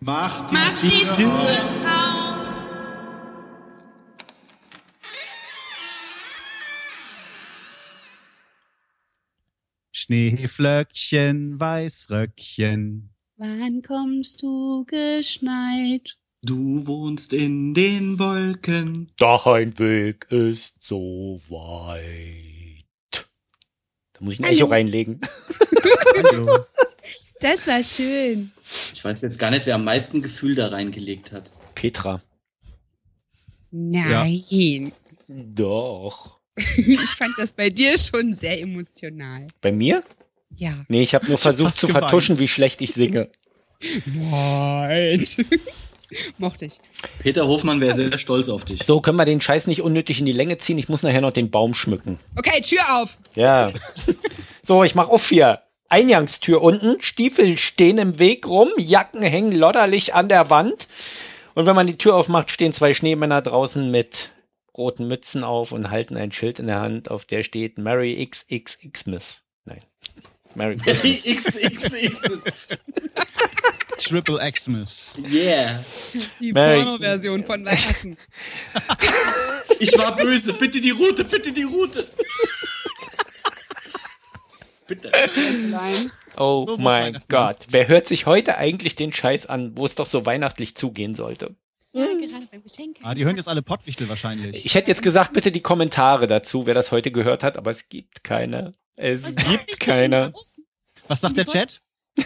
Mach die, Mach die Tür Tür auf. auf. Schneeflöckchen, Weißröckchen. Wann kommst du geschneit? Du wohnst in den Wolken. Dein Weg ist so weit. Da muss ich ein Hallo. Echo reinlegen. Hallo. Das war schön. Ich weiß jetzt gar nicht, wer am meisten Gefühl da reingelegt hat. Petra. Nein. Doch. Ich fand das bei dir schon sehr emotional. Bei mir? Ja. Nee, ich habe nur versucht fast zu geweint. vertuschen, wie schlecht ich singe. Mochte ich. Peter Hofmann wäre sehr stolz auf dich. So können wir den Scheiß nicht unnötig in die Länge ziehen. Ich muss nachher noch den Baum schmücken. Okay, Tür auf. Ja. so, ich mach auf hier. Eingangstür unten, Stiefel stehen im Weg rum, Jacken hängen lodderlich an der Wand. Und wenn man die Tür aufmacht, stehen zwei Schneemänner draußen mit roten Mützen auf und halten ein Schild in der Hand, auf der steht Mary XXXmas. Nein. Mary Christmas. XXX. Triple Xmas. Yeah. Die Mary- Porno-Version von Weihnachten. Ich war böse. Bitte die Route, bitte die Route. Bitte. Nein. Oh So muss mein Weihnachten Gott. Wer hört sich heute eigentlich den Scheiß an, wo es doch so weihnachtlich zugehen sollte? Ja, gerade beim Geschenk. Ah, die hören jetzt alle Pottwichtel wahrscheinlich. Ich hätte jetzt gesagt, bitte die Kommentare dazu, wer das heute gehört hat, aber es gibt keine. Es gibt keine. Was sagt der Chat? Die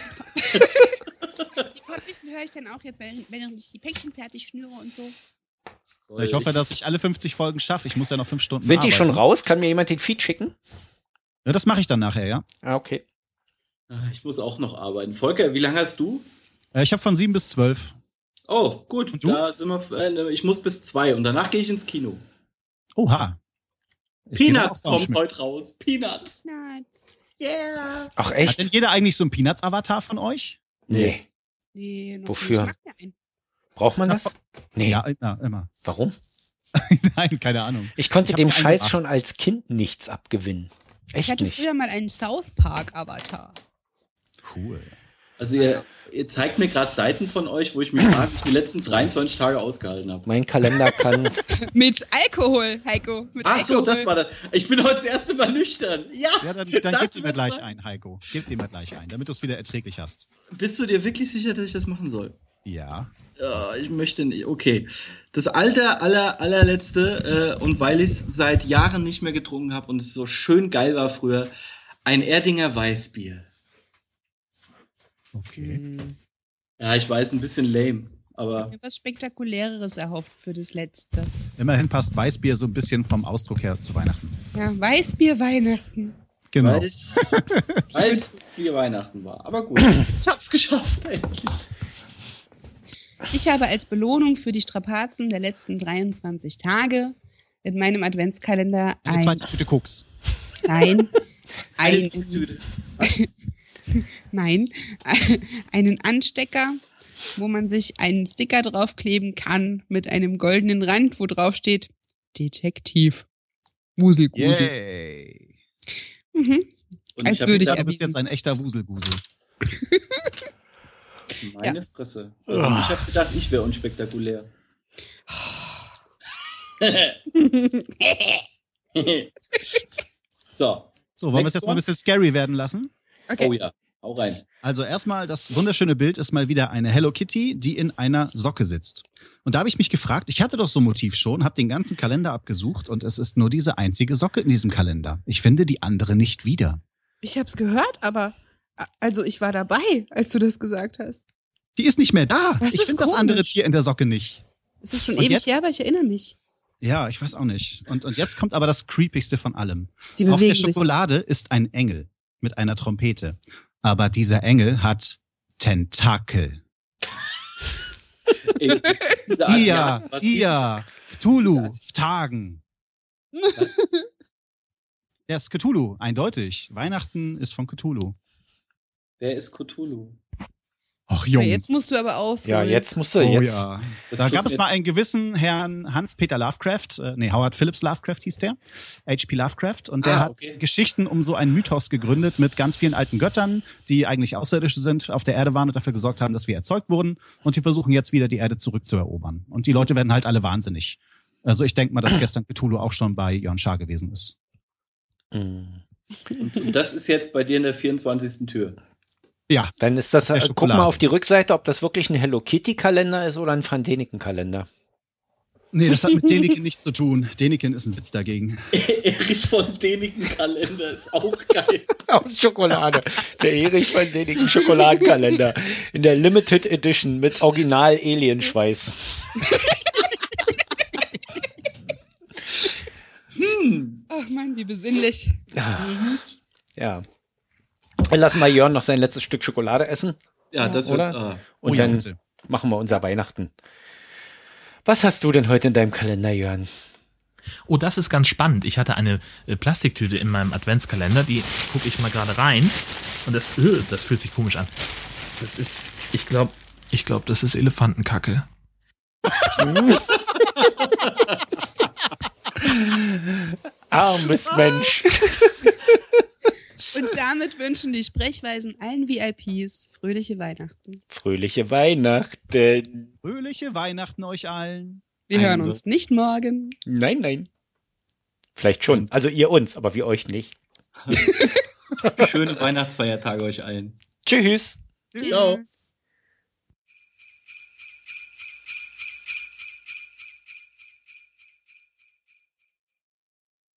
Pottwichtel höre ich dann auch jetzt, wenn, wenn ich die Päckchen fertig schnüre und so. Ich hoffe, dass ich alle 50 Folgen schaffe. Ich muss ja noch fünf Stunden Sind die arbeiten. schon raus? Kann mir jemand den Feed schicken? Ja, das mache ich dann nachher, ja. Ah, okay. Ah, Ich muss auch noch arbeiten. Volker, wie lange hast du? Äh, Ich habe von sieben bis zwölf. Oh, gut. Und du? Da sind wir. äh, Ich muss bis zwei und danach gehe ich ins Kino. Oha. Ich geh Peanuts mir auch kommt schmecken. heute raus. Peanuts. Nuts. Yeah. Ach, Hat denn echt? jeder eigentlich so einen Peanuts-Avatar von euch? Nee. Nee, noch Wofür? nicht. Sag mir einen. Braucht man das? Nee. Ja, immer, immer. Warum? Nein, keine Ahnung. Ich konnte Ich hab dem mir einen Scheiß gemacht. schon als Kind nichts abgewinnen. Ich Echt hatte nicht. früher mal einen South Park-Avatar. Cool. Also ihr, ihr zeigt mir gerade Seiten von euch, wo ich mich frage, wie ich die letzten 23 Tage ausgehalten habe. Mein Kalender kann. Mit Alkohol, Heiko. Mit Ach so, Alkohol. das war das. Ich bin heute das erste Mal nüchtern. Ja, Ja, dann, dann das gib dir mir wird gleich sein. ein, Heiko. Gib dir mir gleich ein, damit du es wieder erträglich hast. Bist du dir wirklich sicher, dass ich das machen soll? Ja. Ja, ich möchte nicht. Okay. Das alter, aller, allerletzte, äh, und weil ich es seit Jahren nicht mehr getrunken habe und es so schön geil war früher, ein Erdinger Weißbier. Okay. Ja, ich weiß, ein bisschen lame, aber Ich hab was Spektakuläres erhofft für das Letzte. Immerhin passt Weißbier so ein bisschen vom Ausdruck her zu Weihnachten. Ja, Weißbier Weihnachten. Genau. weil es weil es viel Weihnachten war. Aber gut, ich hab's geschafft endlich. Ich habe als Belohnung für die Strapazen der letzten 23 Tage in meinem Adventskalender Eine ein, zweite Tüte Koks. nein, ein, Tüte. nein, einen Anstecker, wo man sich einen Sticker draufkleben kann mit einem goldenen Rand, wo drauf steht Detektiv. Wusel, Gusel. Yay. Mhm. Und Als hab würde ich gedacht, Du bist jetzt ein echter Wuselgusel. Meine Fresse. Ah. Also, ich habe gedacht, ich wäre unspektakulär. so. So, wollen wir es jetzt mal ein bisschen scary werden lassen? Okay. Oh ja, hau rein. Also erstmal, das wunderschöne Bild ist mal wieder eine Hello Kitty, die in einer Socke sitzt. Und da habe ich mich gefragt, ich hatte doch so ein Motiv schon, habe den ganzen Kalender abgesucht und es ist nur diese einzige Socke in diesem Kalender. Ich finde die andere nicht wieder. Ich hab's gehört, aber also ich war dabei, als du das gesagt hast. Die ist nicht mehr da. Das ich ist finde das komisch. andere Tier in der Socke nicht. Es ist schon Und ewig jetzt? her, aber ich erinnere mich. Ja, ich weiß auch nicht. Und, und jetzt kommt aber das Creepigste von allem. Sie Auf der bewegen sich. Schokolade ist ein Engel mit einer Trompete. Aber dieser Engel hat Tentakel. Ey, diese Ia, Asiaten, was Ia, Cthulhu, Tagen. Was? Ja, es ist Cthulhu, eindeutig. Weihnachten ist von Cthulhu. Wer ist Cthulhu? Ach, Ja, Junge. jetzt musst du aber ausholen. Ja, jetzt musst du, Oh jetzt. ja. Das Da tut gab es mir- mal einen gewissen Herrn Hans-Peter Lovecraft, äh, nee, Howard Phillips Lovecraft hieß der, H.P. Lovecraft, und der Ah, hat okay. Geschichten um so einen Mythos gegründet mit ganz vielen alten Göttern, die eigentlich Außerirdische sind, auf der Erde waren und dafür gesorgt haben, dass wir erzeugt wurden, und die versuchen jetzt wieder die Erde zurückzuerobern. Und die Leute werden halt alle wahnsinnig. Also ich denke mal, dass gestern Cthulhu auch schon bei Jörn Schaar gewesen ist. Mhm. Und das ist jetzt bei dir in der 24. Tür. Ja, Dann ist das, Der äh, guck Schokolade. mal auf die Rückseite, ob das wirklich ein Hello Kitty Kalender ist oder ein Van Deniken Kalender. nee, das hat mit Deniken nichts zu tun. Deniken ist ein Witz dagegen. Erich von Deniken Kalender ist auch geil. Aus Schokolade. Der Erich Van Deniken Schokoladenkalender. In der Limited Edition mit Original Alienschweiß. Ach Mann, wie besinnlich. Ja. Dann Lassen wir Jörn noch sein letztes Stück Schokolade essen Ja, das wird. Oder? Ah. und Oh ja, dann bitte. machen wir unser Weihnachten. Was hast du denn heute in deinem Kalender, Jörn? Oh, das ist ganz spannend. Ich hatte eine äh, Plastiktüte in meinem Adventskalender, die gucke ich mal gerade rein. Und das, äh, das fühlt sich komisch an. Das ist, ich glaube, ich glaube, das ist Elefantenkacke. Armes Mensch. Und damit wünschen die Sprechweisen allen VIPs fröhliche Weihnachten. Fröhliche Weihnachten. Fröhliche Weihnachten euch allen. Wir Ein hören Glück. uns nicht morgen. Nein, nein. Vielleicht schon. Also ihr uns, aber wir euch nicht. Schöne Weihnachtsfeiertage euch allen. Tschüss. Ciao. Tschüss.